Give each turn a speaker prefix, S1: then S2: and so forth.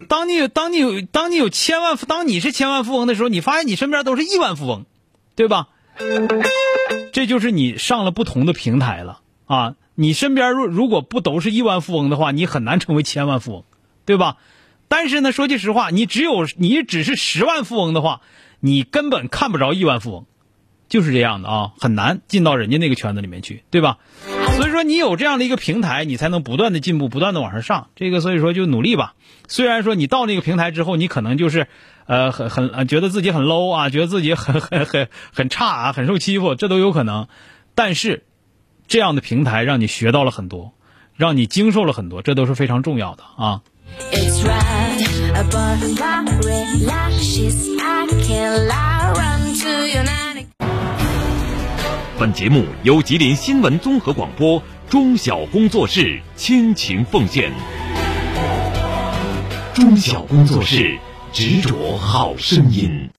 S1: 当你有当你有当你有千万富，当你是千万富翁的时候，你发现你身边都是亿万富翁，对吧？这就是你上了不同的平台了啊！你身边如如果不都是亿万富翁的话，你很难成为千万富翁，对吧？但是呢，说句实话，你只有你只是十万富翁的话，你根本看不着亿万富翁，就是这样的啊，很难进到人家那个圈子里面去，对吧？所以说你有这样的一个平台，你才能不断的进步，不断的往上上。这个所以说就努力吧。虽然说你到那个平台之后，你可能就是，呃，很很呃觉得自己很 low 啊，觉得自己很很很很差啊，很受欺负，这都有可能。但是这样的平台让你学到了很多，让你经受了很多，这都是非常重要的啊。
S2: it's right above the eyelashes. I can lie, run to your night.
S3: 本节目由吉林新闻综合广播中小工作室倾情奉献。中小工作室，执着好声音。